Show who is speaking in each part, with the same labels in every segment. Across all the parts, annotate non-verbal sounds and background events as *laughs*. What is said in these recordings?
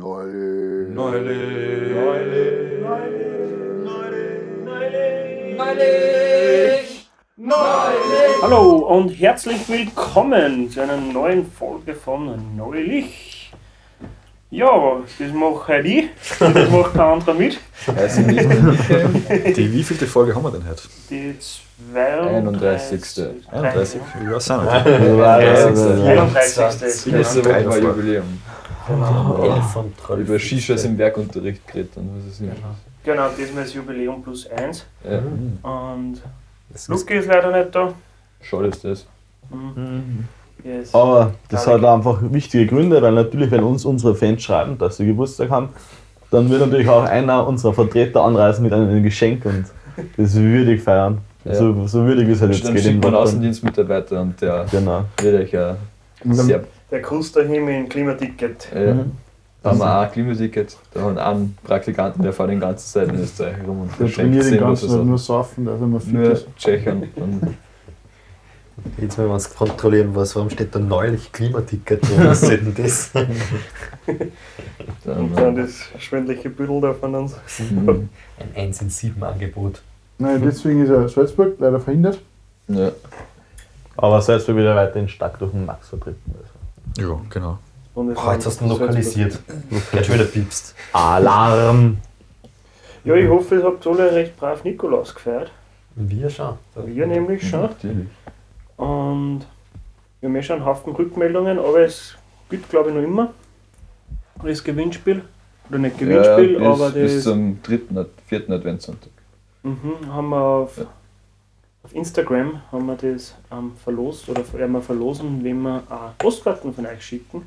Speaker 1: Neulich.
Speaker 2: Neulich.
Speaker 3: Neulich.
Speaker 2: Neulich. Neulich.
Speaker 3: Hallo und herzlich willkommen zu einer neuen Folge von Neulich. Ja, das macht heute ich, das macht kein anderer mit.
Speaker 4: Weiß ich nicht. Die wievielte Folge haben wir denn heute?
Speaker 3: Die 32.
Speaker 4: 31? Ich weiß auch nicht.
Speaker 3: 31.
Speaker 4: Nächste
Speaker 5: Nächste
Speaker 4: Woche
Speaker 5: Woche war
Speaker 4: war
Speaker 5: Jubiläum.
Speaker 2: Elf und zwölf.
Speaker 5: Über Shishas im Werkunterricht geredet und was ist nicht.
Speaker 2: Genau.
Speaker 3: Genau, diesmal ist Jubiläum plus 1.
Speaker 5: Ja,
Speaker 3: Und
Speaker 4: Das ist
Speaker 3: Luke ist leider nicht da.
Speaker 5: schade ist das.
Speaker 3: Mhm. Yes.
Speaker 6: Aber das hat einfach wichtige Gründe, weil natürlich, wenn uns unsere Fans schreiben, dass sie Geburtstag haben, dann wird natürlich auch einer unserer Vertreter anreisen mit einem Geschenk und das würdig feiern.
Speaker 5: Ja.
Speaker 6: So, so würdig ist halt jetzt
Speaker 5: Dann
Speaker 6: geht im
Speaker 5: schickt man einen
Speaker 6: Lockdown.
Speaker 5: Außendienstmitarbeiter und der
Speaker 6: Genau.
Speaker 5: wird euch ja sehr.
Speaker 3: Der Kruster Himmel im Klimaticket.
Speaker 5: Äh,
Speaker 7: Mhm.
Speaker 5: Da haben wir auch ein Klimaticket, da haben wir einen Praktikanten, der fährt den ganzen Zeit in Österreich rum und
Speaker 7: Der
Speaker 5: verschenkt
Speaker 7: trainiert den
Speaker 5: sehen, was
Speaker 7: ganzen
Speaker 5: er
Speaker 7: Tag nur
Speaker 5: sagt.
Speaker 7: saufen, dass er mal fit ist.
Speaker 5: Nur Tschechien. Und
Speaker 8: Jetzt müssen wir uns kontrollieren, was, warum steht da neulich Klimaticket drin? Was soll denn das?
Speaker 7: *laughs*
Speaker 3: Und dann
Speaker 5: dann,
Speaker 3: das schwindliche Büdel da von uns.
Speaker 5: Mhm.
Speaker 8: *laughs* Ein 1 in 7 Angebot.
Speaker 7: Nein, deswegen ist er Salzburg leider verhindert.
Speaker 5: ja,
Speaker 6: Aber selbst wenn wieder weiterhin stark durch den Max vertreten also ist.
Speaker 4: Ja, genau.
Speaker 3: Und es
Speaker 8: Boah, Oh, jetzt hast du ihn lokalisiert. Der hat schon wieder piepst.
Speaker 6: Alarm!
Speaker 3: Ja, ich hoffe, ihr habt alle recht brav Nikolaus gefeiert.
Speaker 8: Wir schon.
Speaker 3: Wir nämlich schon.
Speaker 5: natürlich.
Speaker 3: Und wir haben eh schon einen Haufen Rückmeldungen, aber es gibt, glaube ich, noch immer das Gewinnspiel. Oder nicht Gewinnspiel,
Speaker 5: ja, bis,
Speaker 3: aber
Speaker 5: bis
Speaker 3: das
Speaker 5: zum dritten, Ad- vierten Adventssonntag.
Speaker 3: mhm, haben wir auf,
Speaker 5: Ja.
Speaker 3: auf Instagram haben wir das ähm, verlost oder werden wir verlosen, wenn wir auch Postkarten von euch schicken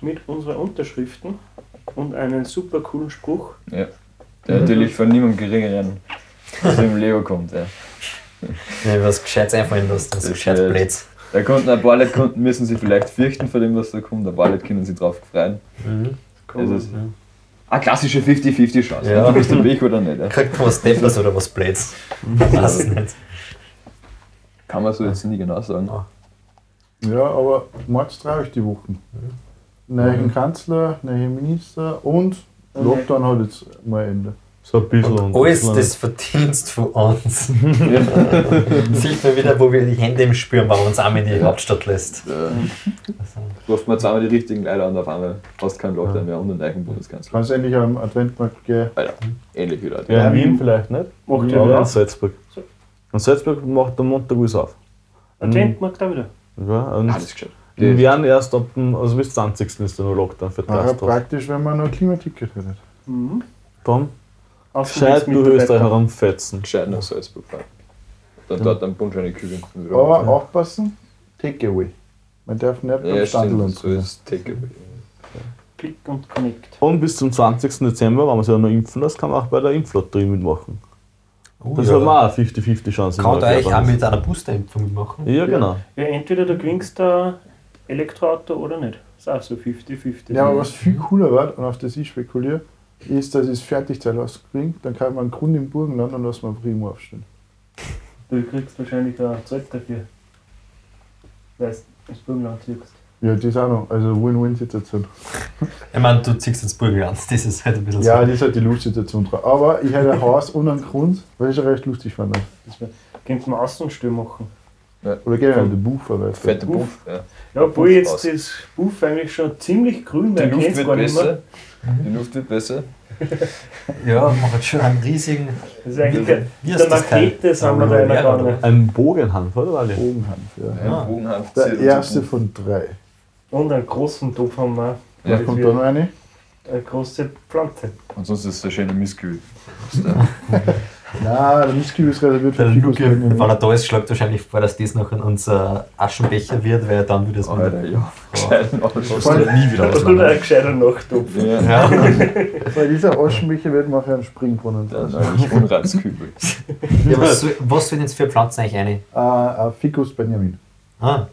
Speaker 3: mit unseren Unterschriften und einen super coolen Spruch.
Speaker 5: Der natürlich von niemandem geringeren als dem Leo kommt. Ja.
Speaker 8: Ja, was Gescheites einfallen lassen, so
Speaker 5: Das
Speaker 8: gescheit
Speaker 5: ist-
Speaker 8: blöd.
Speaker 5: Da konnten ein paar Leute konnten, müssen sie vielleicht fürchten vor dem, was da kommt, ein paar Leute können sich drauf freuen.
Speaker 8: Mhm.
Speaker 5: Das ist
Speaker 8: Ja.
Speaker 5: eine klassische 50-50-Chance.
Speaker 8: Ja.
Speaker 5: Du bist im Weg oder nicht. Ja.
Speaker 8: Kriegt man was Deppers oder was Blöds? Weiß es nicht.
Speaker 5: Kann man so jetzt nie genau sagen.
Speaker 7: Ja, aber März traurig die Wochen.
Speaker 4: Mhm.
Speaker 7: Neuen Kanzler, neuen Minister und
Speaker 5: Mhm.
Speaker 7: Lockdown hat jetzt mal Ende.
Speaker 6: So ein bisschen.
Speaker 8: Und alles das Verdienst von uns. *laughs*
Speaker 5: *laughs* Ja.
Speaker 8: Sieht man wieder, wo wir die Hände im Spüren, wenn man uns einmal in die Hauptstadt lässt. Also,
Speaker 5: Da Äh, ruft man zweimal die richtigen Leute an und auf einmal fast kein Lockdown mehr und einen eigenen Bundeskanzler.
Speaker 7: Kannst endlich am Adventmarkt gehen.
Speaker 5: Ähnlich wie Leute.
Speaker 6: Ja, in Wien vielleicht nicht,
Speaker 3: Macht ihr
Speaker 6: aber in
Speaker 3: wieder?
Speaker 6: Salzburg. Und Salzburg macht am Montag alles auf.
Speaker 3: Advent mag da wieder.
Speaker 6: Ja, und
Speaker 5: Alles gescheit.
Speaker 6: wir werden erst ab dem, also bis 20. ist der nur Lockdown für die
Speaker 7: Aber
Speaker 6: Gastro.
Speaker 7: praktisch, wenn man noch ein Klimaticket hätte.
Speaker 3: Mhm.
Speaker 6: Tom, Scheit du
Speaker 3: Außendienstmitarbeiter.
Speaker 6: Österreicher am Fetzen.
Speaker 5: Gescheit nach Salzburg fahren. Dann dort am Punsch eine Küche. und wieder
Speaker 7: Aber
Speaker 5: runter.
Speaker 8: Oh,
Speaker 7: aufpassen, Takeaway. Man darf nicht
Speaker 5: ja,
Speaker 7: am Standel
Speaker 5: stimmt.
Speaker 7: und
Speaker 5: So ist Takeaway.
Speaker 3: Klick und connect.
Speaker 6: Und bis zum 20. Dezember, wenn man sich auch noch impfen lässt, kann man auch bei der Impflotterie mitmachen.
Speaker 8: Oh,
Speaker 6: Das
Speaker 8: ja.
Speaker 6: haben wir auch eine 50-50 Chance.
Speaker 8: Kann da eigentlich auch
Speaker 6: mit.
Speaker 8: mit einer Boosterimpfung mitmachen?
Speaker 6: Ja, genau.
Speaker 3: Ja, entweder du kriegst ein Elektroauto oder nicht. Ist auch so 50-50.
Speaker 7: Ja, aber was viel cooler war, und auf das ich spekuliere, ist, dass ich es Fertigteil rauskriege, dann kann man einen Grund im Burgenland und lassen wir Primo aufstellen.
Speaker 3: Du kriegst wahrscheinlich auch Zeug dafür. Weißt du, ins Burgenland ziehst.
Speaker 7: Ja, das auch noch. Also Win-Win-Situation.
Speaker 8: Ich meine, du ziehst ins Burgenland, das ist halt ein bisschen
Speaker 7: Ja, das ist halt die Lustsituation dran. Aber ich hätte ein Haus ohne einen Grund, weil ich es recht lustig fand.
Speaker 3: Das wär- Könnten wir Außenstühl machen.
Speaker 7: Oder gerne ein Buch verweisen.
Speaker 5: Fette Puff. Ja.
Speaker 3: Ja, obwohl jetzt
Speaker 5: raus.
Speaker 3: das Buff eigentlich schon ziemlich grün,
Speaker 5: Die
Speaker 3: man
Speaker 5: Luft
Speaker 3: kennt's
Speaker 5: wird
Speaker 3: gar nicht mehr.
Speaker 5: besser. Die Luft wird besser.
Speaker 8: so. Ja, man hat schon einen riesigen.
Speaker 3: Das ist eigentlich
Speaker 5: Ja.
Speaker 3: der,
Speaker 8: Wie
Speaker 3: der Makete sind wir da
Speaker 8: Ja,
Speaker 3: reingegangen.
Speaker 6: Ein Bogenhanf, oder Wally?
Speaker 7: Bogenhanf, ja.
Speaker 5: Ein Bogenhanf zieht
Speaker 7: Der
Speaker 5: uns
Speaker 7: erste
Speaker 5: um.
Speaker 7: von drei.
Speaker 3: Und einen großen Topf haben wir. auch.
Speaker 7: Da
Speaker 5: Ja,
Speaker 3: Das
Speaker 7: kommt
Speaker 3: wird
Speaker 7: dann noch eine.
Speaker 3: Eine große Pflanze.
Speaker 5: Und sonst ist es eine schöne Misskühl.
Speaker 7: Nein, der Mistkübel ist reserviert für
Speaker 8: Der
Speaker 7: Figos.
Speaker 8: Luke, wenn er da ist, schlägt wahrscheinlich vor, dass das noch unser Aschenbecher wird, weil dann würde es
Speaker 5: Alter, ja. *laughs* Gescheiten Ausschuss.
Speaker 7: Voll.
Speaker 4: Nie wieder was
Speaker 3: Oder ein gescheiter Nachttopf.
Speaker 5: Ja,
Speaker 8: Ja,
Speaker 7: Bei dieser Aschenbecher wird man für einen Springbrunnen
Speaker 5: dann
Speaker 7: draus.
Speaker 5: neulich Unratskübel.
Speaker 8: ja, was, soll- was soll jetzt für Pflanzen eigentlich eine?
Speaker 7: Äh, äh, Ficus Benjamin.
Speaker 8: Ah,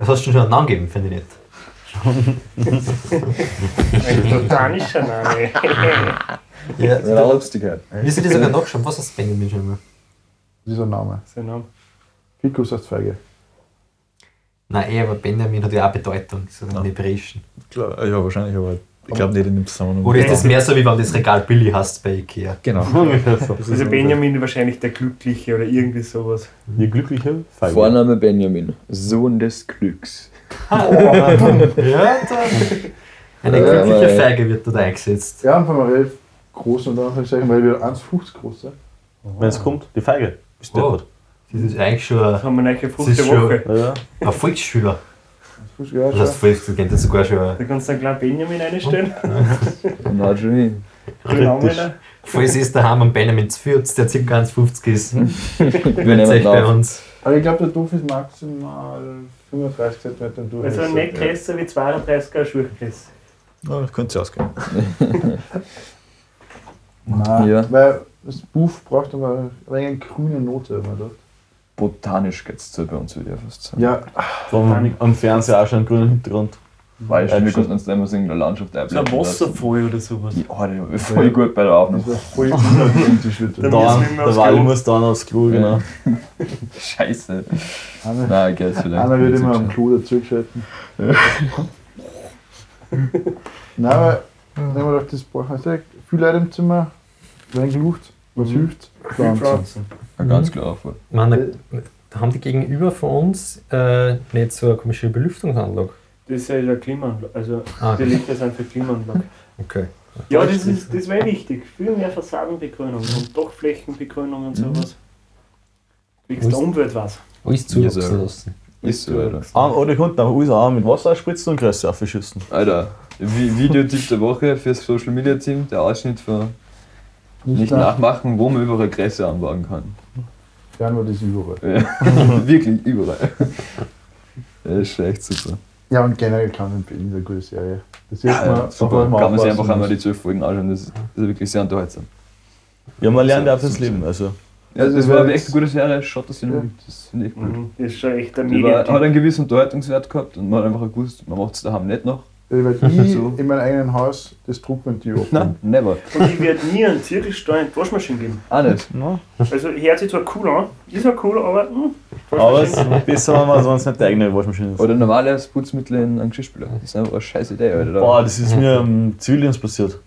Speaker 8: das hast du schon einen Namen gegeben, finde ich nicht.
Speaker 3: Ein botanischer Name.
Speaker 8: Ja,
Speaker 5: Ja, Lustigkeit.
Speaker 8: wir sind ja sogar noch schon. Was ist Benjamin schon mal?
Speaker 7: Dieser Name.
Speaker 3: Sein Name.
Speaker 7: Ficus als Feige.
Speaker 8: Nein, eh, aber Benjamin hat ja auch Bedeutung, so im Hebräischen.
Speaker 4: Klar, ja, wahrscheinlich, aber Ich glaube nicht in dem Zusammenhang.
Speaker 8: Oder ist das mehr so, wie wenn das Regal Billy hast bei
Speaker 5: *laughs*
Speaker 8: Ikea?
Speaker 4: Genau.
Speaker 6: Ungefähr so.
Speaker 3: Also
Speaker 8: *laughs*
Speaker 3: Benjamin wahrscheinlich der Glückliche oder irgendwie sowas.
Speaker 6: Die glückliche Feier.
Speaker 5: Vorname Benjamin, Sohn des Glücks.
Speaker 8: Ja, da. Eine
Speaker 5: Ja,
Speaker 8: glückliche
Speaker 5: aber-
Speaker 8: Feige wird dort eingesetzt.
Speaker 7: Ja, einfach mal relativ groß und Anführungszeichen, weil wir 1,50 groß sind.
Speaker 6: Wenn es kommt, die Feige. Bist du
Speaker 8: Oh,
Speaker 6: deppert.
Speaker 8: das ist eigentlich schon
Speaker 3: Das
Speaker 8: ein,
Speaker 3: haben wir eine neue Frucht
Speaker 8: ist
Speaker 3: der
Speaker 8: schon-
Speaker 3: Woche.
Speaker 6: Ja.
Speaker 8: ein Volksschüler.
Speaker 7: Ja,
Speaker 8: Das heißt,
Speaker 7: schon.
Speaker 8: Volksstudent ist sogar schon
Speaker 3: Da
Speaker 8: ein
Speaker 3: kannst du einen kleinen Benjamin *laughs* Genau, einstellen.
Speaker 5: Na, Jimmy.
Speaker 6: Kritisch.
Speaker 3: Namen.
Speaker 8: Falls ist daheim am Benjamin Zwürz, der ca. 1,50 ist,
Speaker 5: Wir
Speaker 8: meldet euch
Speaker 5: nehmen
Speaker 8: bei
Speaker 5: auf.
Speaker 8: uns.
Speaker 7: Aber ich glaube, der Duft ist maximal 35 cm durch.
Speaker 3: Also nicht größer wie 32er Schuhgröße.
Speaker 4: Ja, das könnte sich ausgehen.
Speaker 7: Nein,
Speaker 5: Ja.
Speaker 7: weil das Buff braucht aber ein wenig eine grüne Note. Immer dort.
Speaker 5: Botanisch geht's zu bei uns, würde ich fast sagen.
Speaker 7: Ja,
Speaker 6: Vom, am Fernseher auch schon einen grünen Hintergrund.
Speaker 5: Weil
Speaker 6: Ja,
Speaker 5: wir
Speaker 6: stimmt.
Speaker 5: könnten uns nicht mehr in der Landschaft
Speaker 3: So ein
Speaker 5: einblenden. lassen.
Speaker 3: Wasserfall oder sowas.
Speaker 5: Die Haare hab ich voll gut bei der Aufnahme.
Speaker 7: das ist ja voll unauthentisch. wird
Speaker 3: *laughs* Dann
Speaker 7: das.
Speaker 3: müssen
Speaker 6: Dann,
Speaker 3: wir immer
Speaker 6: der
Speaker 3: aufs
Speaker 6: Wal
Speaker 3: Klo.
Speaker 6: muss dann aufs Klo, genau.
Speaker 5: Scheiße.
Speaker 7: Einer-
Speaker 5: Na, geht's vielleicht.
Speaker 7: Einer wird immer am Klo
Speaker 5: *laughs*
Speaker 7: dazugeschalten. Nein, aber nehmen wir doch das Bauchmeister. Viel Leute im Zimmer, wenig Luft,
Speaker 5: Mhm.
Speaker 7: was hilft? Pflanzen.
Speaker 5: Ja, ganz klar. voll.
Speaker 8: Ich meine, da- da haben die gegenüber von uns äh, nicht so eine komische Belüftungsanlage.
Speaker 3: Das ist ja der Klimaanlage. Also
Speaker 8: Ah,
Speaker 3: die Lichter sind für Klimaanlage.
Speaker 8: okay.
Speaker 3: Ja, das, ist- das wäre wichtig. Viel mehr Fassadenbegrünung und Dachflächenbegrünung und sowas. Wegen der Umwelt was.
Speaker 8: Alles
Speaker 5: Ja, so.
Speaker 8: zugelassen.
Speaker 5: Ist so, Alter.
Speaker 6: Ah, Oder ihr könnt nach USA mit Wasser spritzen und Größe aufschüssen.
Speaker 5: Alter, Vi- Videotipp der Woche fürs Social Media Team, der Ausschnitt von nicht nachmachen, wo man überall Gräser anbauen kann. *laughs*
Speaker 7: Ja, nur das überall.
Speaker 5: Wirklich überall. *laughs* Das ist echt super.
Speaker 7: Ja, und generell kann man Berlin eine gute Serie. Das sieht man,
Speaker 5: Ja,
Speaker 7: auf was
Speaker 5: super.
Speaker 7: man
Speaker 5: Kann man sich
Speaker 7: aufpassen
Speaker 5: einfach einmal
Speaker 7: muss.
Speaker 5: die zwölf Folgen anschauen, das ist das ist wirklich sehr unterhaltsam.
Speaker 6: Ja, man lernt
Speaker 5: So,
Speaker 6: ja auch fürs
Speaker 5: so,
Speaker 6: Leben. Also,
Speaker 5: Ja,
Speaker 7: Also
Speaker 5: das
Speaker 7: wir
Speaker 5: war
Speaker 7: werden
Speaker 5: eine echt
Speaker 7: jetzt-
Speaker 5: gute Serie, schaut das hin,
Speaker 7: Ja.
Speaker 5: das finde ich gut.
Speaker 3: Mhm. Das ist schon echt ein
Speaker 5: Die war, hat
Speaker 3: Medientyp.
Speaker 5: einen gewissen Unterhaltungswert gehabt und man hat einfach gewusst, man macht es daheim nicht noch.
Speaker 7: Weil ich
Speaker 5: *laughs* So.
Speaker 7: in meinem eigenen Haus das Druckventil öffne.
Speaker 5: Nein, never.
Speaker 3: Und ich werde nie einen Zirkelstein in die Waschmaschine geben.
Speaker 5: Auch nicht.
Speaker 6: na.
Speaker 3: Also hört sich zwar cool an, ist ja cool, aber hm,
Speaker 6: Aber es ist besser, wenn man sonst nicht die eigene Waschmaschine ist.
Speaker 5: Oder normales Putzmittel in einem Geschirrspüler. Das ist einfach eine scheiß Idee, Alter.
Speaker 6: Boah, das ist mir im Zivildienst passiert.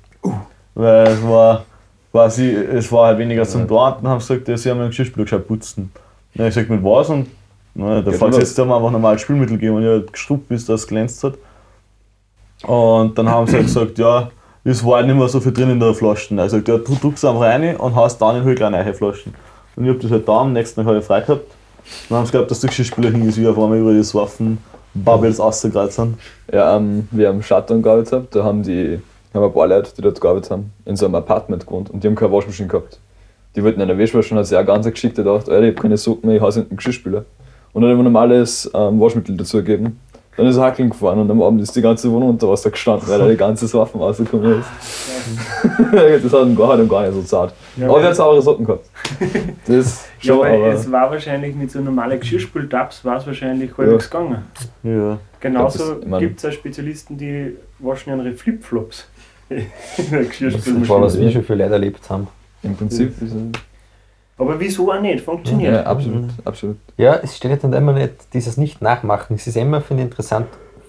Speaker 6: Weil es war quasi, es war halt weniger zum Dorn und haben gesagt, ja, sie haben einen Geschirrspüler geschaut putzen. Dann hab ich gesagt, mit was? Und na, der
Speaker 5: Ja,
Speaker 6: Fall
Speaker 5: klar.
Speaker 6: jetzt da haben wir einfach normales Spülmittel gegeben und ich halt hab gestruppt, bis das glänzt hat. Und dann haben sie halt gesagt, ja, es war halt nicht mehr so viel drin in der Flasche. Also ja, du drückst einfach rein und haust dann in halt gleich neue Flaschen. Und ich hab das halt da am nächsten Tag hab ich frei gehabt. Dann haben sie geglaubt, dass der Geschirrspüler hing ist, wie auf einmal über die Waffen Bubbles rausgegraut sind.
Speaker 5: Ja, ähm, wir haben Shutdown gearbeitet, gehabt, da haben die haben ein paar Leute, die dort gearbeitet haben, in so einem Apartment gewohnt und die haben keine Waschmaschine gehabt. Die wollten eine Wäschmaschine, hat sich auch ganz geschickt und gedacht, Alter, ich hab keine Socken mehr, ich hau's in den Geschirrspüler. Und dann haben wir normales ähm, Waschmittel dazugegeben. Dann ist er hackeln gefahren und am Abend ist die ganze Wohnung unter Wasser gestanden, weil da die ganze Waffen rausgekommen ist. *laughs* das hat ihm gar, hat ihm gar nicht so zart.
Speaker 3: Ja,
Speaker 5: aber
Speaker 3: weil-
Speaker 5: er hat saubere Socken gehabt. Das
Speaker 3: ja,
Speaker 5: schon,
Speaker 3: weil
Speaker 5: aber
Speaker 3: es war wahrscheinlich mit so normalen Geschirrspültabs war es wahrscheinlich halbwegs gegangen.
Speaker 6: Ja.
Speaker 3: Genauso
Speaker 5: Ich glaub, das- ich mein-
Speaker 3: gibt es auch Spezialisten, die waschen ihre Flipflops *laughs* in der
Speaker 8: Das war, was
Speaker 3: Geschirrspülmaschine.
Speaker 8: wir schon für Leute erlebt haben.
Speaker 5: im Prinzip ist es,
Speaker 3: Aber wieso auch nicht? Funktioniert.
Speaker 5: ja, absolut, absolut.
Speaker 8: Ja, es steht dann immer nicht, dieses Nicht-Nachmachen. Es ist immer, finde ich, interessant,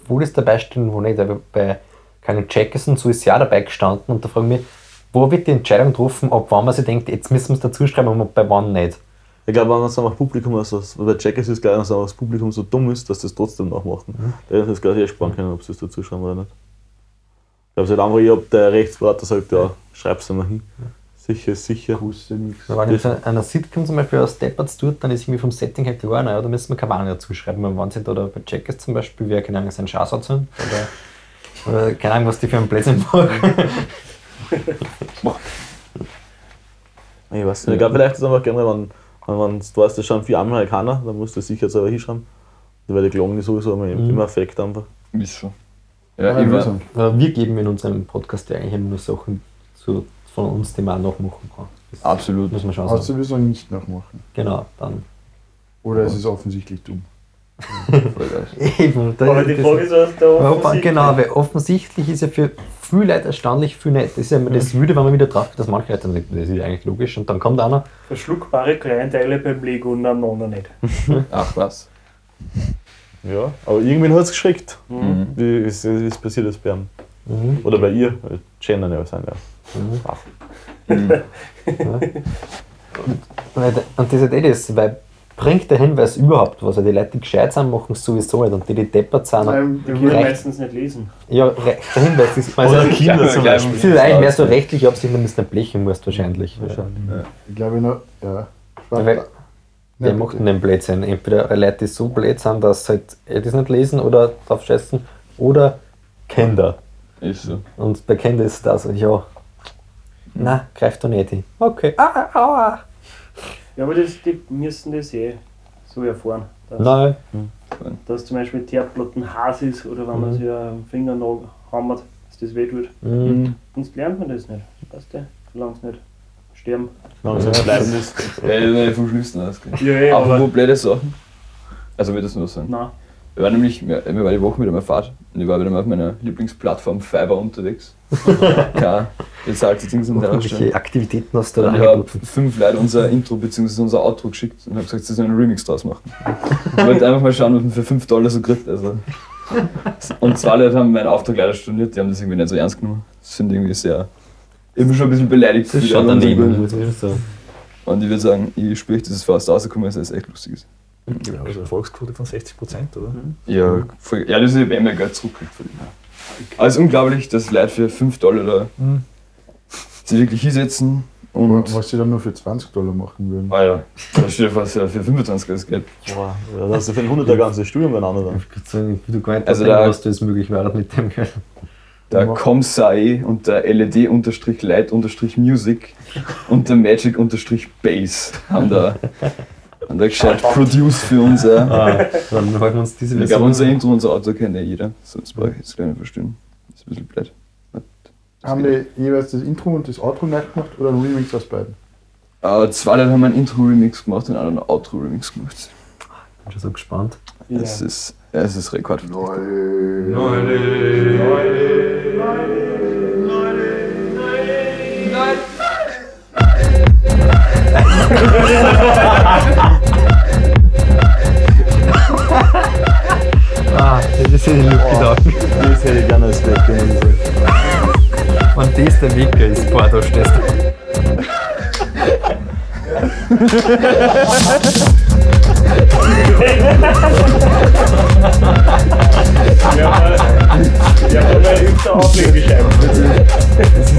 Speaker 8: wo das dabei steht und wo nicht. Aber bei keinem Jackerson, so ist ja dabei gestanden und da frage ich mich, wo wird die Entscheidung getroffen, ab wann man sich denkt, jetzt müssen wir es dazu schreiben und bei wann nicht.
Speaker 6: Ich glaube, wenn das einfach Publikum, also bei Checkers ist klar, dass einfach das Publikum so dumm ist, dass das trotzdem nachmachen. Da hätten sie es gleich ersparen können, ob sie es dazu schreiben oder nicht. Ich glaube, es halt einfach, ich hab der Rechtsberater sagt, ja, schreib's einmal hin. Sicher, ist sicher.
Speaker 7: Wusste nichts.
Speaker 8: Wenn man in so einer Sitcom zum Beispiel aus Deppert tut, dann ist irgendwie vom Setting her klar, naja, da müssen wir Kavani dazu schreiben, wenn man sind oder bei Checkers zum Beispiel, wer keine Ahnung, sein Schaßsatz sind oder, oder keine Ahnung, was die für einen Blödsinn machen. *laughs*
Speaker 6: Ich weiß nicht. Ich glaube, vielleicht ist es einfach generell, wenn, wenn man's- du weißt, das schreiben vier Amerikaner, dann musst du sicher selber hinschreiben. Weil die klagen die sowieso immer im im Affekt einfach.
Speaker 5: Ist schon.
Speaker 7: Ja,
Speaker 5: Ja, ich war,
Speaker 7: Lösung.
Speaker 8: Äh, Wir geben in unserem Podcast ja eigentlich nur Sachen zu, von uns, die man nachmachen kann. Das
Speaker 5: absolut.
Speaker 8: muss man
Speaker 7: Hast
Speaker 8: schon sagen.
Speaker 7: du sowieso nicht nachmachen.
Speaker 8: Genau, dann. *laughs*
Speaker 7: Oder es ist offensichtlich dumm.
Speaker 5: Voll geil.
Speaker 8: Eben, da-
Speaker 3: Aber die
Speaker 8: das-
Speaker 3: Frage ist, was da
Speaker 8: Weil offen-
Speaker 3: offensichtlich-
Speaker 8: Genau, weil offensichtlich ist ja für viele Leute erstaunlich viel nicht. Das ist ja immer das
Speaker 3: Mhm.
Speaker 8: Würde, wenn man wieder drauf geht, dass manche Leute dann denken, das ist eigentlich logisch. Und dann kommt einer,
Speaker 3: Verschluckbare Kleinteile beim Lego und am anderen nicht.
Speaker 5: Ach was.
Speaker 6: Ja. Aber irgendwen hat es geschreckt.
Speaker 5: Mhm.
Speaker 6: Wie ist, wie ist passiert das bei einem?
Speaker 4: Mhm.
Speaker 6: Oder bei ihr, weil Gender nicht sein, ja.
Speaker 8: Weil- Und das ist halt eh das, weil bringt der Hinweis überhaupt was? Weil die Leute, die gescheit sind, machen es sowieso nicht. Und die, die deppert sind,
Speaker 7: Nein,
Speaker 3: Die
Speaker 7: ich
Speaker 3: können
Speaker 7: würde-
Speaker 3: meistens nicht lesen.
Speaker 8: ja, re- der Hinweis ist also,
Speaker 6: Oder Kinder zum
Speaker 5: gleich-
Speaker 6: Beispiel.
Speaker 8: Das ist eigentlich mehr so rechtlich, ob du nicht blechen musst, wahrscheinlich.
Speaker 7: ich glaube noch, ja.
Speaker 8: Weil, wer
Speaker 7: Ja,
Speaker 8: macht
Speaker 7: bitte.
Speaker 8: denn den Blödsinn? Entweder Leute, die so blöd sind, dass sie halt eh das nicht lesen oder drauf scheißen, oder Kinder.
Speaker 5: Ist so.
Speaker 8: Und bei Kinder ist das, also, ja, na, greift doch nicht hin. Okay, ah, ah, aua.
Speaker 3: Ja, aber das, die müssen das eh so erfahren. Dass,
Speaker 8: Nein,
Speaker 3: dass zum Beispiel Teerplatten Has ist oder wenn man
Speaker 8: Mhm.
Speaker 3: sich einen Finger noch hammert, dass das weh tut.
Speaker 8: mhm.
Speaker 3: Sonst lernt man das nicht. Weißt du, solange es nicht sterben.
Speaker 6: Langsam bleiben ist.
Speaker 5: Ja, ich bin vom Schlimmsten ausgegangen.
Speaker 3: Ja, ja,
Speaker 5: Aber wo blöde Sachen. Also wird das nur sein.
Speaker 3: Nein.
Speaker 5: Ich war nämlich, mir mir war die Woche wieder mal Fahrt und ich war wieder mal auf meiner Lieblingsplattform Fiverr
Speaker 8: *laughs*
Speaker 5: unterwegs. Kein bezahltes Ding sind da
Speaker 8: Welche Aktivitäten hast du da
Speaker 5: Und ich habe
Speaker 8: angeboten?
Speaker 5: fünf Leute unser Intro bzw. unser Outro geschickt und habe gesagt, sie sollen einen Remix draus machen. Ich wollte einfach mal schauen, was man für 5 Dollar so kriegt. Also. Und zwei Leute haben meinen Auftrag leider storniert, die haben das irgendwie nicht so ernst genommen. Das sind irgendwie sehr. Ich bin schon ein bisschen beleidigt.
Speaker 8: Das ist
Speaker 5: wie die
Speaker 8: schon
Speaker 5: anderen
Speaker 8: daneben, ne?
Speaker 5: sind.
Speaker 8: muss ich schon sagen.
Speaker 5: Und ich würde sagen, ich spüre euch dieses Fast rausgekommen, ist, dass es echt lustig ist.
Speaker 4: Ich glaube, also Erfolgsquote von 60%, oder?
Speaker 5: Ja, voll, ja das ist eben mehr Geld zurückkriegt von denen. Also es ist unglaublich, dass Leute für 5 Dollar da
Speaker 4: Mhm.
Speaker 5: sie wirklich hinsetzen und.
Speaker 7: Was sie dann nur für 20 Dollar machen würden.
Speaker 5: Ah ja, da steht fast ja für 25 das Geld.
Speaker 6: Boah, ja, das ist für ein 100er ganzes Studium beieinander dann.
Speaker 8: Ich hab grad so- Wie du gemeint
Speaker 5: Also
Speaker 8: hast,
Speaker 5: da-
Speaker 8: was du es möglich war mit dem Geld.
Speaker 5: der
Speaker 7: Mach-
Speaker 5: Comsai und der E LED-Light-Music und der Magic-Bass haben da, haben da gescheit produced für uns.
Speaker 8: Ah.
Speaker 5: auch.
Speaker 8: *laughs* Dann halten wir uns diese
Speaker 5: Ich glaube, unser Intro, unser Auto kennt ja jeder, sonst brauche ich jetzt gar nicht verstehen. Das ist ein bisschen blöd.
Speaker 7: Haben die jeweils das Intro und das Outro nachgemacht oder einen Remix aus beiden?
Speaker 5: Aber zwei Leute Äh, haben einen Intro-Remix gemacht und einen Outro-Remix gemacht.
Speaker 8: Ich bin schon so gespannt.
Speaker 5: Es ist, es ist Rekord.
Speaker 8: Ah, das ist ja die Luft gelaufen.
Speaker 6: Das hätte ich gerne als Deck genommen.
Speaker 8: Und das der Weg ist, boah, da stehst du.
Speaker 3: Ja, aber mein hübscher Aufblick gescheit.
Speaker 6: Das ist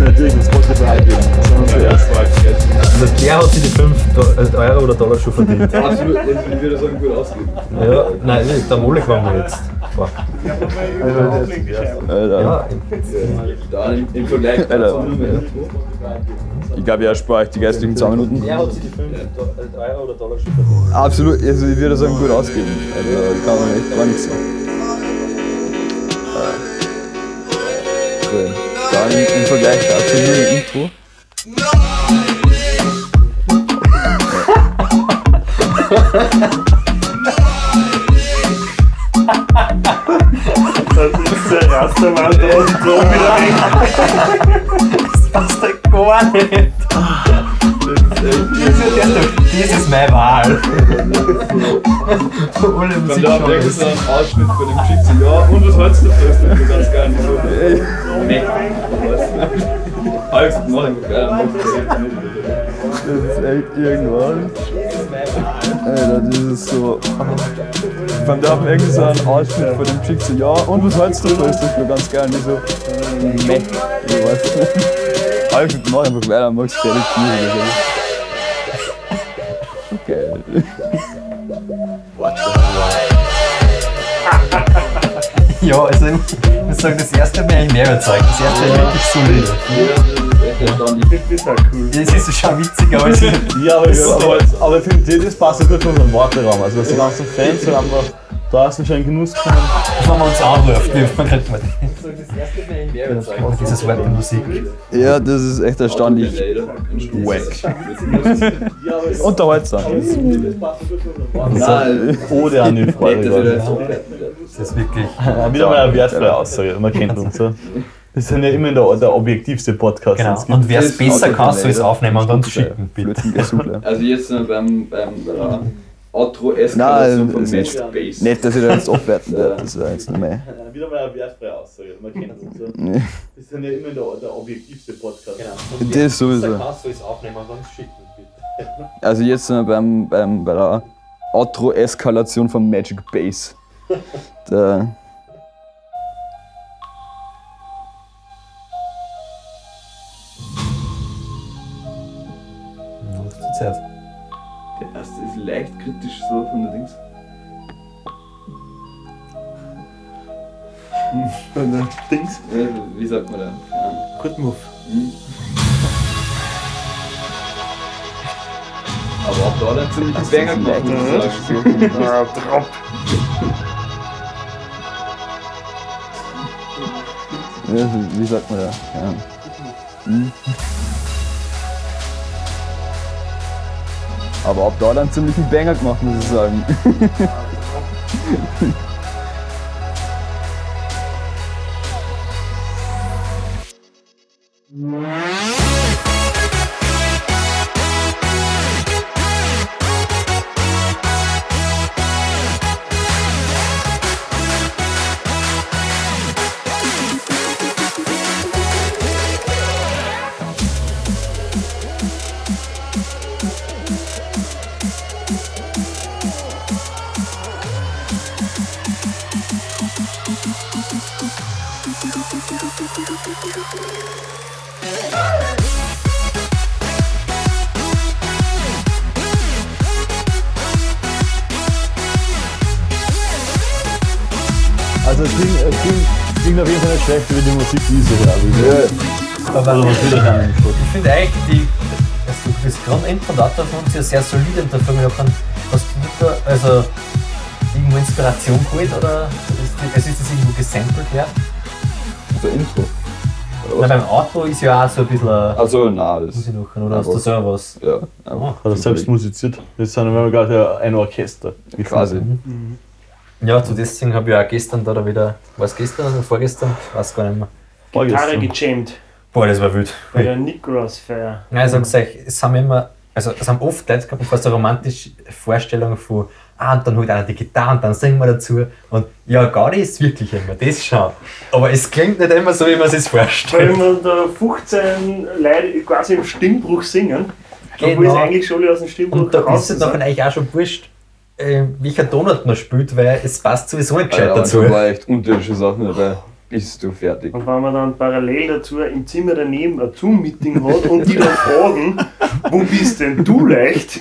Speaker 6: natürlich ein Spotify eingeben, sondern zuerst.
Speaker 8: Also der hat sich die 5 Euro oder Dollar schon verdient.
Speaker 5: Absolut, ich würde sagen, gut ausgehen.
Speaker 8: Ja, nein, der Molik war mir jetzt. Boah.
Speaker 7: Also das,
Speaker 8: Ja,
Speaker 5: Da im, im Vergleich. Alter. Ich glaube, ja, spare ich die geistigen 2 Minuten.
Speaker 8: der hat sich die 5 Euro oder Dollar schon verdient.
Speaker 5: Absolut, also ich würde sagen, gut ausgeben. Also kann man echt gar nichts sagen. Äh, cool. Dann im Vergleich dazu nur ein Intro.
Speaker 3: *laughs* Das ist der Rastermann, der aus dem Klo wieder weg.
Speaker 8: Passt doch gar nicht. Das ist, das ist, das ist meine Wahl. Ohne Musik schon.
Speaker 5: einen Ausschnitt von dem Schicksal. Ja, und was hältst du davon? Du kannst gar nicht so. Nee. Alles noch ein
Speaker 4: Das ist echt irgendwas. Alter, das ist so. Von da haben irgendwie so einen Ausschnitt von dem Chick so, ja, und was hältst du von Österreich nur ganz gerne? Ich so, meh, ich weiß es nicht.
Speaker 5: Alles noch ein Begleiter, magst du ja nicht viel. Okay.
Speaker 8: Ja, also ich muss sagen, das erste Mal ich mehr überzeugt. Das erste Mal wirklich solide.
Speaker 3: Das ist auch cool.
Speaker 8: Das ist schon witziger als
Speaker 6: Ja, aber, ich, aber, aber ich finde, das passt jetzt nicht von unserem Warteraum. Also, dass die ganzen Fans so einfach draußen schon in Genuss kommen.
Speaker 8: wenn man uns anruft, wie man kriegt man dieses Wort in Musik.
Speaker 5: Ja, das ist echt erstaunlich. Wack. Unterhaltsam. Nein,
Speaker 6: Oder an den Freude. Gott.
Speaker 8: Das ist wirklich.
Speaker 6: Wieder mal eine wertvolle Aussage, man kennt uns. ja. Wir sind ja immer der, der objektivste Podcast. den
Speaker 8: Genau.
Speaker 6: es gibt.
Speaker 8: Und wer es
Speaker 5: Das
Speaker 8: besser
Speaker 5: Auto
Speaker 8: kann, soll es
Speaker 5: leider.
Speaker 8: aufnehmen und uns schicken, bitte.
Speaker 5: Also jetzt äh, beim, beim äh, Outro-Eskalation
Speaker 4: Nein,
Speaker 5: von
Speaker 4: ist
Speaker 5: Dead
Speaker 4: nicht-
Speaker 5: Space.
Speaker 4: Nicht, dass ich da jetzt abwerten darf, das war jetzt nicht mehr.
Speaker 6: Wieder mal eine wertfreie Aussage. Man kennt das. so.
Speaker 4: Nee,
Speaker 6: Wir sind ja immer der, der objektivste Podcast.
Speaker 8: Genau.
Speaker 4: Das sowieso.
Speaker 8: kannst du es aufnehmen und uns schicken, bitte.
Speaker 4: Also jetzt sind wir beim, beim, bei der Outro-Eskalation von Magic Base. Da.
Speaker 8: Was zur Zeit?
Speaker 5: Der erste ist leicht kritisch so von der Dings. *laughs* Von der Dings? Ja, Äh, wie sagt man da? Mhm. Keine Ahnung.
Speaker 3: Good Move.
Speaker 5: Aber auch da hat er ziemlich Banger gemacht, muss ich sagen.
Speaker 4: Ja, Äh, Wie sagt man da? Ja. Hm. Aber ab da hat er einen ziemlichen Banger gemacht, muss ich
Speaker 5: *laughs*
Speaker 4: sagen.
Speaker 6: Also, es klingt, es klingt, klingt auf jeden Fall nicht schlecht, wie die Musik diese ja. Also, was will ich da nicht?
Speaker 8: Ich finde eigentlich, die, also das Grundendprodukt von uns ist ja sehr solide und dafür haben wir hast du da also irgendwo Inspiration geholt oder ist, die, also ist das irgendwo gesampelt ja?
Speaker 5: So Intro.
Speaker 8: Nein, beim Auto ist ja auch so ein bisschen ein-
Speaker 5: Also nein,
Speaker 8: muss
Speaker 5: das.
Speaker 8: ich noch, oder hast du
Speaker 5: Aber-
Speaker 8: selber was?
Speaker 5: Ja,
Speaker 4: Ah.
Speaker 6: Also, selbst musiziert. Das sind wir gerade ein Orchester.
Speaker 5: quasi.
Speaker 8: Ja, zu deswegen habe ich auch gestern da wieder, war es gestern oder vorgestern? Ich weiß gar nicht mehr.
Speaker 3: Gitarre
Speaker 8: ne?
Speaker 6: Vorgestern.
Speaker 3: gejammt
Speaker 8: Boah, das war wild.
Speaker 3: bei der Nick Ross Feier.
Speaker 8: Nein, ich sag's euch, es haben immer, also es haben oft Leute gehabt, fast eine romantische Vorstellung von, ah, und dann holt einer die Gitarre und dann singen wir dazu. Und ja, Gaudi ist wirklich immer das schon. Aber es klingt nicht immer so, wie man es sich
Speaker 3: Weil
Speaker 8: vorstellt.
Speaker 3: wir da 15 Leute quasi im Stimmbruch singen, obwohl es
Speaker 8: Genau.
Speaker 3: eigentlich schon aus dem Stimmbruch
Speaker 8: Und da
Speaker 3: raus
Speaker 8: ist es dann
Speaker 3: sind.
Speaker 8: eigentlich auch schon wurscht, äh, welcher Donut man spielt, weil es passt sowieso nicht gescheit
Speaker 5: Alter,
Speaker 8: dazu.
Speaker 5: Da war echt unterschiedliche Sachen dabei. Bist du fertig?
Speaker 3: Und wenn man dann parallel dazu im Zimmer daneben ein Zoom-Meeting hat und die dann fragen, wo bist denn du leicht,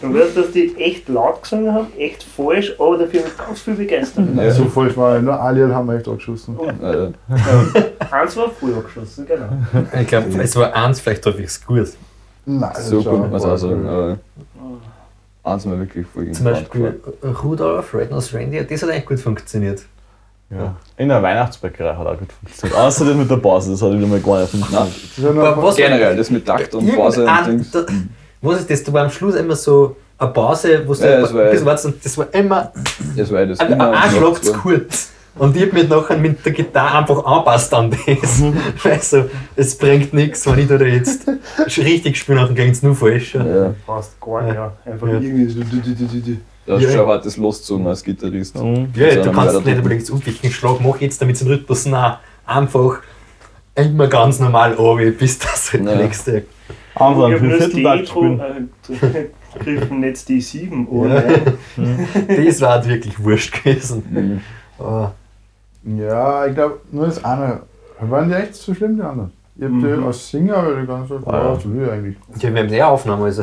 Speaker 3: dann weißt du, dass die echt laut gesungen haben, echt falsch, aber dafür mit ganz viel Begeisterung.
Speaker 5: Ja.
Speaker 7: So falsch war ich. Nur Alien haben wir echt angeschossen.
Speaker 5: Alter.
Speaker 3: Eins war früh abgeschossen, genau.
Speaker 8: Ich glaube, es war eins vielleicht halbwegs gut.
Speaker 7: Nein,
Speaker 4: Also
Speaker 7: das
Speaker 5: So
Speaker 7: ist
Speaker 5: gut
Speaker 7: auch-
Speaker 5: muss man es auch sagen. Aber eins mal wirklich voll gegen
Speaker 8: Zum
Speaker 5: die Wand
Speaker 8: Beispiel Rudolf, Red Nose Reindeer, das hat eigentlich gut funktioniert.
Speaker 6: Ja. In der Weihnachtsbäckerei hat auch gut funktioniert. Außer das mit der Pause, das hat wieder mal gar nicht funktioniert.
Speaker 7: Das ist ja nur
Speaker 8: Aber
Speaker 7: einfach-
Speaker 8: was-
Speaker 5: gefahren. Generell, das mit Takt und Pause und
Speaker 8: Irgendein-
Speaker 5: Dings.
Speaker 8: da- Was ist das? Da war am Schluss immer so eine Pause, wo du
Speaker 5: Ja,
Speaker 8: ein
Speaker 5: das war-
Speaker 8: bisschen wartest und das war immer
Speaker 5: Das war ja das
Speaker 8: ein, ein
Speaker 5: immer-
Speaker 8: Anschlag zu kurz. Und ich hab mich nachher mit der Gitarre einfach angepasst an das.
Speaker 5: Mhm.
Speaker 8: *laughs* Weil so, es bringt nichts, wenn ich da jetzt richtig spiele, dann klingt es nur falsch.
Speaker 5: Ja,
Speaker 3: Passt gar nicht, ja. Einfach
Speaker 8: Ja.
Speaker 3: irgendwie so. Du, du, du, du, du.
Speaker 5: da hast
Speaker 8: Ja.
Speaker 5: du schon hartes losgezogen als Gitarrist.
Speaker 6: Mhm.
Speaker 8: Ja,
Speaker 5: So,
Speaker 8: du
Speaker 5: dann
Speaker 8: kannst
Speaker 5: weiter
Speaker 8: nicht
Speaker 5: drücken.
Speaker 8: unbedingt umwickeln, Schlag mach jetzt, damit es im Rhythmus nein, einfach immer ganz normal runter, bis das halt
Speaker 5: Ja.
Speaker 8: nächste.
Speaker 6: Einfach
Speaker 3: ich
Speaker 6: einen
Speaker 3: habe nur das
Speaker 6: Vierteltag
Speaker 3: Intro
Speaker 6: spielen.
Speaker 3: äh, *laughs* gegriffen, jetzt die 7 Uhr.
Speaker 8: Ja.
Speaker 3: ne?
Speaker 8: *laughs* Das war halt wirklich wurscht gewesen. Ah,
Speaker 5: Mhm.
Speaker 8: Aber
Speaker 7: Ja, ich glaube, nur das eine. Waren die echt so schlimm, die anderen? Ich hab die
Speaker 3: Mhm.
Speaker 7: als Singer die ganze Zeit.
Speaker 6: Ah, ja.
Speaker 7: Ja, so wie eigentlich.
Speaker 8: ja, wir haben eh Aufnahme, also.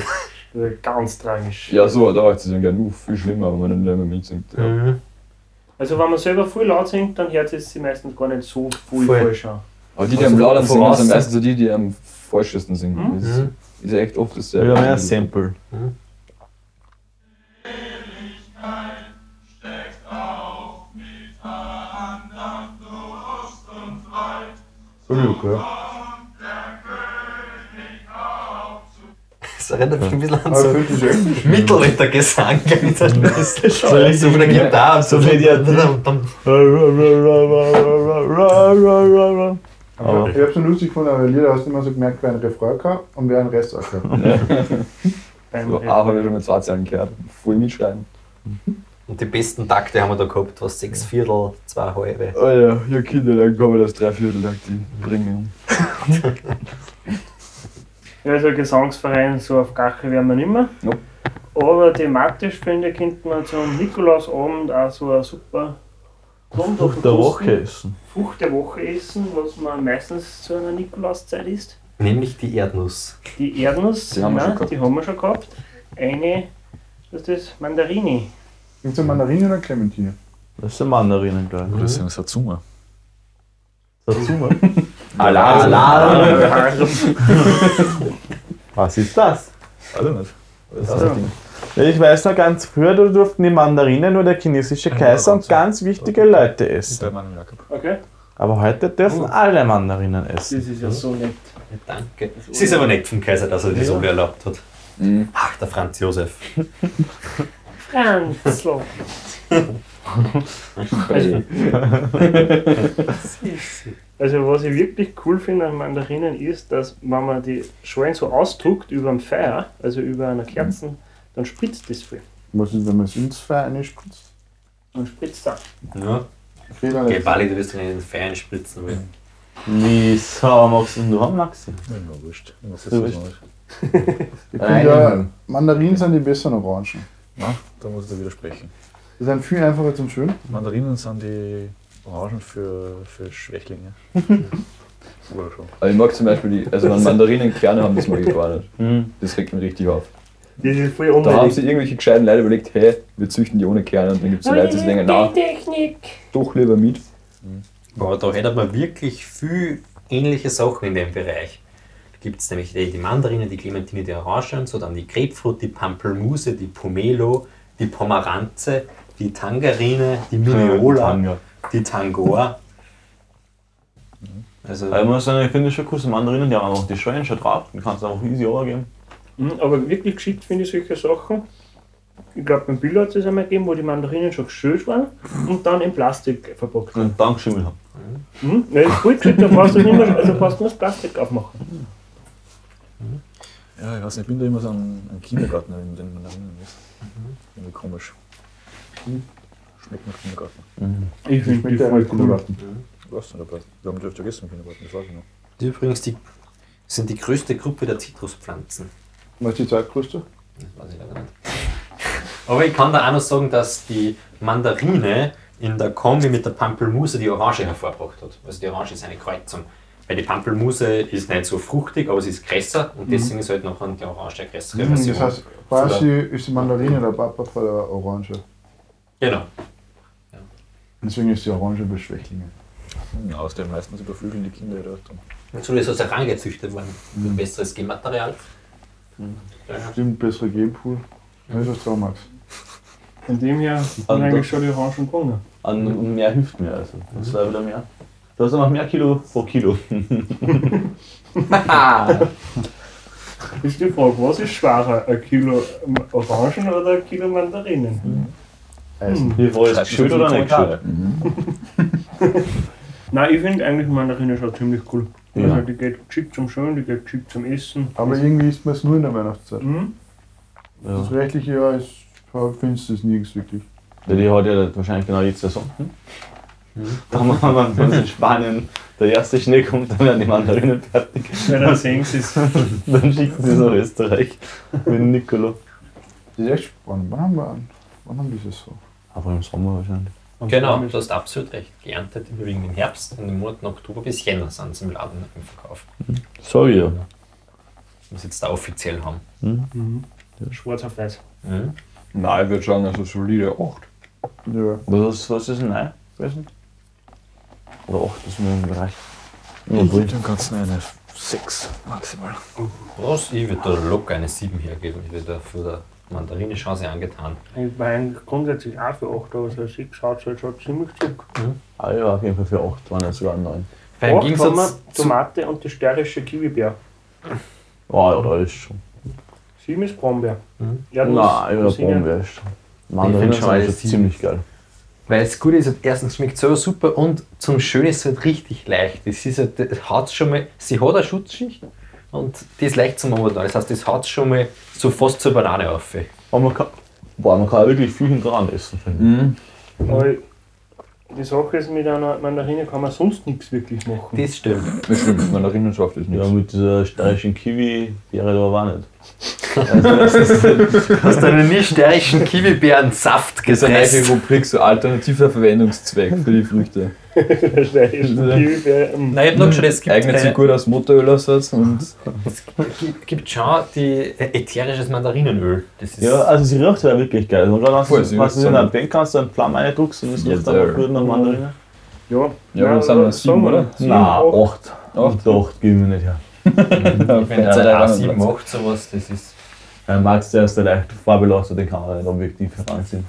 Speaker 3: Das ist Ganz tragisch.
Speaker 5: Ja, so, da hat es dann gerne viel schlimmer, wenn man dann nicht mehr mitsingt. Ja.
Speaker 8: Mhm.
Speaker 3: Also wenn man selber viel laut singt, dann hört es sich meistens gar nicht so viel
Speaker 8: Voll.
Speaker 3: falsch an.
Speaker 5: Aber die, die
Speaker 8: Also
Speaker 5: am lautesten singen,
Speaker 8: voraus-
Speaker 5: sind meistens so die, die am falschesten singen.
Speaker 3: Mhm.
Speaker 5: Das ist, ist ja echt oft das
Speaker 6: Ja, mehr Sample.
Speaker 7: So gut, ja.
Speaker 8: Das erinnert mich ein bisschen an
Speaker 7: Aber ich
Speaker 8: so
Speaker 7: finde das echt
Speaker 8: Mittelaltergesang. Das ist schon
Speaker 6: richtig
Speaker 8: so von der
Speaker 6: mit-
Speaker 8: Gitarre. So
Speaker 6: so mit der- Ja,
Speaker 7: Ich hab's so lustig gefunden, aber Lieder hast du immer so gemerkt, wer ein Refrain gehabt und wer ein Rest auch gehabt.
Speaker 3: beim
Speaker 5: So,
Speaker 3: Rennen.
Speaker 5: auch habe ich schon mit zwei Zahlen gehört. Voll mitschreiben.
Speaker 8: Und die besten Takte haben wir da gehabt, was sechs Viertel, zwei halbe.
Speaker 5: Oh ja, ja Kinder, dann kann man das Dreivierteltag die bringen.
Speaker 3: Ja, also Gesangsverein so auf Gache werden wir nicht mehr.
Speaker 5: Nope.
Speaker 3: Aber thematisch finde ich, könnte man zum Nikolausabend auch so eine super Plum auf
Speaker 6: Frucht
Speaker 3: den
Speaker 6: der
Speaker 3: Posten-
Speaker 6: Woche essen.
Speaker 3: Frucht der Woche essen, was man meistens zu einer Nikolauszeit isst.
Speaker 8: Nämlich die Erdnuss.
Speaker 3: Die Erdnuss,
Speaker 5: Die haben wir
Speaker 3: nein,
Speaker 5: schon gehabt.
Speaker 3: die haben wir schon gehabt. Eine, was ist das? Mandarini.
Speaker 7: Gibt es eine Mandarine oder Clementine?
Speaker 6: Das sind Mandarinen, glaube ich.
Speaker 4: Das ist ja ein Satsuma.
Speaker 6: *laughs* Satsuma.
Speaker 5: Alarm! Alarm!
Speaker 6: Was ist das?
Speaker 4: Warte nicht.
Speaker 5: Das ist das Ding.
Speaker 6: Ich weiß noch ganz früher, da durften die Mandarinen nur der chinesische Kaiser und ganz wichtige Leute
Speaker 4: Ist
Speaker 6: essen.
Speaker 4: der Mann im Jakob.
Speaker 3: Okay,
Speaker 6: Aber heute dürfen alle Mandarinen essen.
Speaker 3: das ist ja so nett.
Speaker 8: Ja, danke. Es ist aber nett vom Kaiser, dass er das so erlaubt hat. Ach, der Franz Josef.
Speaker 3: Franzl. Also was ich wirklich cool finde an Mandarinen ist, dass wenn man die Schalen so ausdruckt über dem Feuer, also über einer Kerzen, dann spritzt das viel.
Speaker 7: Was ist, wenn man es ins Feuer einspritzt?
Speaker 3: Dann spritzt das.
Speaker 8: Ja.
Speaker 7: Geht auch
Speaker 8: Okay,
Speaker 7: nicht.
Speaker 8: Bali, du wirst in den Feiern spritzen. Aber
Speaker 6: Wieso machst du denn du am Maxi?
Speaker 4: Ja, na, wurscht. Was ist
Speaker 6: Du
Speaker 4: das
Speaker 6: bist-
Speaker 4: noch?
Speaker 7: Ich finde ja, Mandarinen sind die besseren Orangen.
Speaker 4: Na, da muss ich dir widersprechen.
Speaker 7: Die sind viel einfacher zum Schön.
Speaker 4: Mandarinen sind die Orangen für, für *laughs* Schwächlinge. Oder schon.
Speaker 5: Aber ich mag zum Beispiel die, also wenn Mandarinen Kerne haben, das mag ich gar nicht.
Speaker 6: Hm.
Speaker 5: Das regt mich richtig auf.
Speaker 3: Das ist voll
Speaker 5: Da haben
Speaker 3: unnötig.
Speaker 5: sie irgendwelche gescheiten Leute überlegt, hey, wir züchten die ohne Kerne und dann gibt es Leute, die denken, na,
Speaker 3: Technik.
Speaker 5: doch lieber mit.
Speaker 8: Boah, da hätte man wirklich viel ähnliche Sachen in dem Bereich. Da gibt es nämlich die, die Mandarine, die Clementine, die Orangen, so dann die Grapefruit, die Pampelmuse, die Pomelo, die Pomeranze, die Tangerine, die Mineola,
Speaker 6: Tanga.
Speaker 8: die Tangor. Also,
Speaker 6: Ich muss sagen, ich finde schon cool, so Mandarinen, die haben einfach die Schalen schon drauf. Die kannst du einfach easy runtergeben.
Speaker 3: Mhm, Aber wirklich geschickt finde ich solche Sachen. Ich glaube, beim Bill hat es einmal gegeben, wo die Mandarinen schon geschält waren und dann in Plastik verpackt waren.
Speaker 6: Und Dankschimmel haben.
Speaker 3: Mhm. Ja, ist gut geschickt, dann brauchst du nicht mehr, also brauchst du nur das Plastik aufmachen.
Speaker 4: Ja, ich weiß nicht, ich bin da immer so an an Kindergarten, in den Mandarinen ist. Irgendwie komisch. Schmeckt nach Kindergarten.
Speaker 3: Ich finde die voll cool.
Speaker 4: Ich weiß nicht, aber wir haben das vergessen im Kindergarten, das weiß ich noch.
Speaker 8: die übrigens die, sind die größte Gruppe der Zitruspflanzen.
Speaker 7: Was ist die zweitgrößte?
Speaker 8: Das weiß ich leider nicht. Aber ich kann da auch noch sagen, dass die Mandarine in der Kombi mit der Pampelmuse die Orange hervorgebracht hat. Also die Orange ist eine Kreuzung. Weil die Pampelmuse ist nicht so fruchtig, aber sie ist größer und deswegen ist halt nachher die Orange eine größere
Speaker 7: Mhm,
Speaker 8: Version.
Speaker 7: das heißt, quasi ist die Mandarine der Papa von der Orange.
Speaker 8: genau.
Speaker 7: Deswegen ist die Orange bei Schwächlinge.
Speaker 4: Ja, aus den meistens überflügeln die Kinder ihre Eltern.
Speaker 8: Und so ist das herangezüchtet worden. Für ein
Speaker 7: Mhm.
Speaker 8: besseres Genmaterial.
Speaker 7: Stimmt, bessere Genpool. Das ist was drauf, Max.
Speaker 3: Von dem her sind
Speaker 6: Also-
Speaker 3: eigentlich schon die Orangen gegangen.
Speaker 6: An, und mehr hilft mir also. Das ist auch wieder mehr. Du hast einfach mehr Kilo pro *laughs* Kilo.
Speaker 8: Haha.
Speaker 3: Ist die Frage, was ist schwerer? Ein Kilo Orangen oder ein Kilo Mandarinen? Hm.
Speaker 7: Eisen.
Speaker 6: Wie voll ist
Speaker 4: Schreibst du
Speaker 6: geschüttet
Speaker 4: das
Speaker 6: oder
Speaker 4: in die
Speaker 6: nicht geschüttet?
Speaker 3: Nein, ich finde eigentlich Mandarine schon ziemlich cool.
Speaker 6: Ja.
Speaker 3: Also die geht geschickt zum Schön, die geht geschickt zum Essen.
Speaker 7: Aber irgendwie isst man es nur in der Weihnachtszeit.
Speaker 3: Mhm.
Speaker 7: Das
Speaker 6: Ja.
Speaker 7: rechtliche Jahr ist, findest du es nirgends wirklich.
Speaker 6: Ja, Die hat ja wahrscheinlich genau jetzt Saison. Da haben wir, wenn wenn in Spanien der erste Schnee kommt, dann werden die Mandarinen fertig.
Speaker 3: Ja, dann sehen sie es.
Speaker 6: Dann schicken sie es nach Österreich mit Nicolo.
Speaker 7: Das ist echt spannend. Wann haben wir an? Wann haben wir das so?
Speaker 6: Aber im Sommer wahrscheinlich.
Speaker 8: genau, du hast absolut recht. Geerntet überwiegend im Herbst, in den Monaten Oktober bis Jänner sind sie im Laden im Verkauf.
Speaker 6: Sorry, ja.
Speaker 8: Muss jetzt da offiziell haben.
Speaker 3: Schwarz auf weiß.
Speaker 8: Mhm.
Speaker 5: Nein, ich würde sagen, also solide 8.
Speaker 7: Ja.
Speaker 6: Was, was ist denn neu gewesen? Oder 8 ist mir im Bereich. Mhm.
Speaker 4: Ich gebe dem Ganzen eine 6 maximal.
Speaker 8: Was? Ich würde da locker eine 7 hergeben. Ich würde da für der Mandarine Chance angetan.
Speaker 3: Ich meine, grundsätzlich auch für 8, aber so ein 6 schaut halt schon ziemlich zurück.
Speaker 6: Ah ja, auf jeden Fall für 8 waren es sogar 9.
Speaker 8: Weil im
Speaker 3: Acht haben
Speaker 8: Gegensatz
Speaker 3: wir
Speaker 8: zu
Speaker 3: Tomate und die steirische Kiwibär.
Speaker 6: Oh, ja, da ist schon.
Speaker 3: 7 ist Brombeer.
Speaker 8: Mhm.
Speaker 3: Erdnuss,
Speaker 6: Nein, über
Speaker 3: Rosinen.
Speaker 6: Brombeer ist schon. Mandarinen
Speaker 8: Ich find schon
Speaker 6: sind schon
Speaker 8: alles
Speaker 6: ziemlich geil.
Speaker 8: weil es gut ist, halt erstens schmeckt es so super und zum Schönen ist es halt richtig leicht. Es ist halt, das haut's schon mal, sie hat eine Schutzschicht Und die ist leicht zum Umwandeln. Das heißt, das haut schon mal so fast zur Banane auf.
Speaker 6: Aber man kann, boah, man kann auch wirklich viel hinteran essen. finde ich.
Speaker 3: Weil die Sache ist, mit einer Mandarine kann man sonst nichts wirklich *laughs* machen.
Speaker 8: Das stimmt.
Speaker 5: Das stimmt, Mandarinen schafft das
Speaker 6: Ja,
Speaker 5: nicht.
Speaker 6: mit dieser steirischen Kiwi-Beere da war nicht.
Speaker 8: Hast du einen nichtstärischen Kiwibärensaft
Speaker 5: Das ist eine neue
Speaker 8: gepresst?
Speaker 5: Rubrik, so alternativer Verwendungszweck für die Früchte.
Speaker 3: Wahrscheinlich. ähm,
Speaker 2: Nein, ich hab noch geschaut, es gibt,
Speaker 5: Eignet sich
Speaker 2: äh,
Speaker 5: gut als Motorölersatz und
Speaker 8: äh, Gibt, gibt schon die äh, ätherisches Mandarinenöl. Das ist
Speaker 6: Ja, also sie riecht ja wirklich geil. Und dann, wenn
Speaker 5: Voll,
Speaker 6: du
Speaker 5: sie
Speaker 6: sie
Speaker 5: riecht
Speaker 6: in
Speaker 5: so.
Speaker 6: einen Bank kannst, dann Flamm reindruckst und es
Speaker 5: Ja,
Speaker 6: riecht dann
Speaker 5: sehr.
Speaker 6: auch gut nach Mandarine.
Speaker 3: Ja,
Speaker 5: Ja,
Speaker 3: Nein,
Speaker 5: was haben wir?
Speaker 3: sagen
Speaker 5: Sieben, oder?
Speaker 3: Sieben,
Speaker 6: Nein,
Speaker 3: acht.
Speaker 6: 8. 8, 8 geben wir nicht her.
Speaker 8: wenn
Speaker 5: Gott sei
Speaker 8: er
Speaker 5: Dank.
Speaker 8: A7 macht, sowas, das ist.
Speaker 6: Dann magst Äh, du erst leicht vorbelastet, den kann man nicht objektiv heranziehen.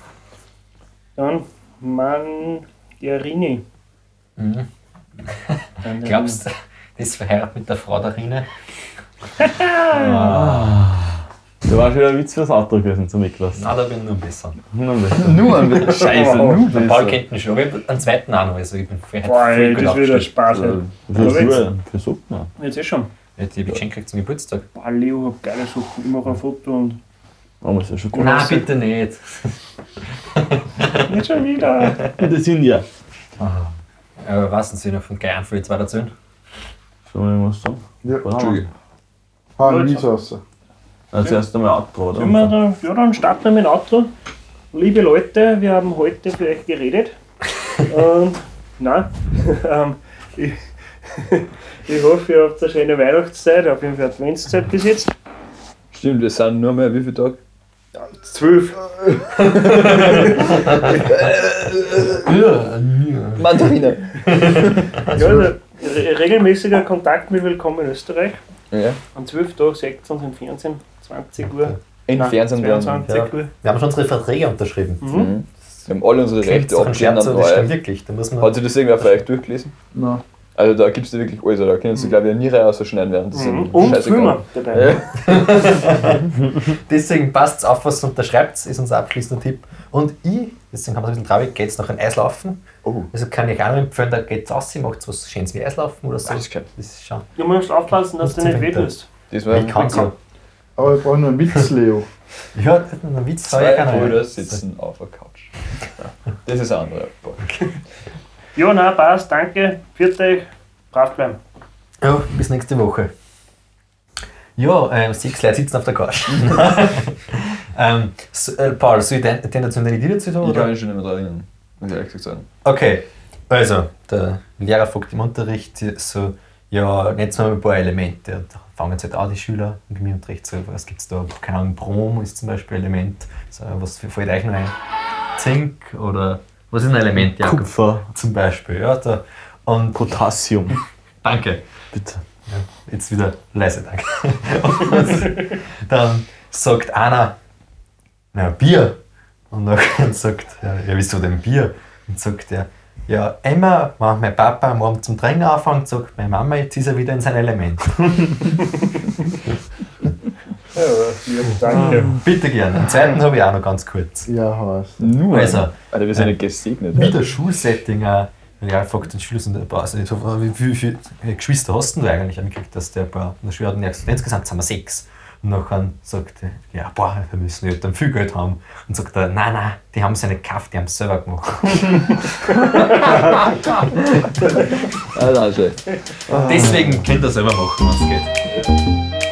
Speaker 3: Dann Mandarine.
Speaker 8: Mhm.
Speaker 3: Mandarine. *laughs*
Speaker 8: Glaubst du, das ist verheiratet mit der Frau Darine?
Speaker 6: Da war schon wieder ein Witz fürs Outro gewesen zum Niklas. Hm,
Speaker 8: Nein, da bin ich nur Also- besser.
Speaker 6: Nun bitte.
Speaker 5: nur ein
Speaker 3: Oh,
Speaker 5: Scheiße, nur
Speaker 8: Der Paul
Speaker 5: besser.
Speaker 8: kennt ihn schon, aber ich hab einen zweiten auch noch. Also ich bin vorher
Speaker 3: Boah, ey, das wird ein
Speaker 8: aufgestellt.
Speaker 3: Spaß. ey.
Speaker 6: Für
Speaker 3: Aber jetzt-
Speaker 6: Suppe, für Suppe.
Speaker 3: Jetzt eh schon.
Speaker 8: Ja, Die habe ich geschenkt gekriegt zum Geburtstag.
Speaker 3: Boah, Leo hat geile Sachen. Ich mache ein Foto und.
Speaker 6: Aber ist ja schon gut.
Speaker 8: Nein, bitte nicht.
Speaker 3: Nicht schon wieder!
Speaker 6: Das sind ja.
Speaker 8: Aber was denn, noch von Geiern für die zwei erzählen?
Speaker 6: Schon mal irgendwas sagen?
Speaker 7: Ja.
Speaker 6: Was haben wir?
Speaker 7: Hau nie raus.
Speaker 6: Also erst einmal Outro, oder?
Speaker 3: Sollen wir da, ja, dann starten wir mit dem Auto. Liebe Leute, wir haben heute für euch *laughs* geredet. und, nein, *laughs* ähm, ich, *laughs* ich hoffe, ihr habt eine schöne Weihnachtszeit, auf jeden Fall Adventszeit bis jetzt.
Speaker 5: Stimmt, wir sind nur mehr wie viel Tag?
Speaker 3: Zwölf.
Speaker 5: Mandarine.
Speaker 3: Ja, also, re regelmäßiger Kontakt mit Willkommen in Österreich.
Speaker 5: Ja.
Speaker 3: Am 12. Tag, 16 Uhr im Fernsehen, 20 Uhr.
Speaker 5: Im
Speaker 3: nein,
Speaker 5: Fernsehen werden.
Speaker 3: 22
Speaker 8: Ja.
Speaker 3: Uhr.
Speaker 8: Wir haben schon unsere Verträge unterschrieben.
Speaker 3: Mhm.
Speaker 5: Wir haben alle unsere
Speaker 8: Klingt
Speaker 5: Rechte
Speaker 8: doch ein Scherz,
Speaker 5: abgeändert.
Speaker 8: aber das stimmt
Speaker 5: Hat
Speaker 8: wirklich. Da muss man
Speaker 5: sich das irgendwer vielleicht durchgelesen?
Speaker 7: Nein.
Speaker 5: Also da gibst du wirklich alles, oder? da können
Speaker 8: Mhm.
Speaker 5: sie, glaube ich, nie rein ausschneiden während des
Speaker 3: Mhm. Und Filme dabei.
Speaker 8: deswegen passt es auf, was ihr unterschreibt, ist unser abschließender Tipp. Und ich, deswegen haben wir es ein bisschen traurig, geht es noch ein Eislaufen.
Speaker 5: Oh.
Speaker 8: Also kann ich auch noch empfehlen, da geht es aus, macht was Schönes wie Eislaufen oder so.
Speaker 5: Alles klar.
Speaker 8: Das ist schon.
Speaker 3: Du musst aufpassen, dass du nicht
Speaker 8: Winter.
Speaker 3: wedelst.
Speaker 5: Das
Speaker 8: Ich kann so.
Speaker 7: Aber ich brauche nur einen Witz, Leo.
Speaker 8: Ja, einen Witz habe
Speaker 5: Zwei
Speaker 8: ich auch noch.
Speaker 5: Brüder sitzen auf der
Speaker 8: *laughs*
Speaker 5: Couch. Das ist ein anderer Podcast.
Speaker 3: Ja, nein, passt, danke. Viert euch. Brav bleiben.
Speaker 8: Ja, bis nächste Woche. Ja, ähm, sechs Leute sitzen auf der Couch.
Speaker 5: Mhm.
Speaker 8: *laughs* ähm, so, äh, Paul, soll ich den, den dazu nicht dazu tun?
Speaker 5: Ich
Speaker 8: Oder?
Speaker 5: kann mich schon nicht mehr daran erinnern, muss ich ehrlich gesagt sagen.
Speaker 8: Okay, also, der Lehrer fragt im Unterricht so, ja, nennen wir mal ein paar Elemente. Und da fangen jetzt halt auch die Schüler mit mir im Unterricht so, was gibt's da? Keine Ahnung, Brom ist zum Beispiel ein Element. So, was fällt euch noch ein? Zink oder was ist ein Element? Ja,
Speaker 6: Kupfer,
Speaker 8: zum Beispiel, ja. Da. Und
Speaker 6: Potassium.
Speaker 8: *laughs* danke.
Speaker 6: Bitte.
Speaker 8: jetzt wieder leise, danke. *laughs* Und dann sagt einer, na Bier. Und dann *laughs* sagt er, ja, wieso denn Bier? Und sagt er, ja, immer, wenn mein Papa morgen zum Trinken anfängt, sagt meine Mama, jetzt ist er wieder in sein Element. *laughs*
Speaker 3: Ja, ja, danke.
Speaker 8: Bitte gerne. Den zweiten habe ich auch noch ganz kurz.
Speaker 7: Ah. Ja, Horst.
Speaker 5: Nur?
Speaker 8: Also,
Speaker 5: Alter, wir sind ja gesegnet.
Speaker 8: wieder Schulsetting. äh, Ja, ich frage den Schüler so, boah, also, ich so, ah, wie wie viele Geschwister hast denn du eigentlich? Und ich krieg, dass der paar, der Schüler hat ihn gesagt, insgesamt sind wir sechs. Und nachher sagt er, ja, boah, wir müssen ja dann viel Geld haben. Und sagt er, nein, nein, die haben es ja nicht gekauft, die haben es selber gemacht.
Speaker 5: Ah, nein, schlecht.
Speaker 8: *laughs* Deswegen könnt ihr selber machen, was geht.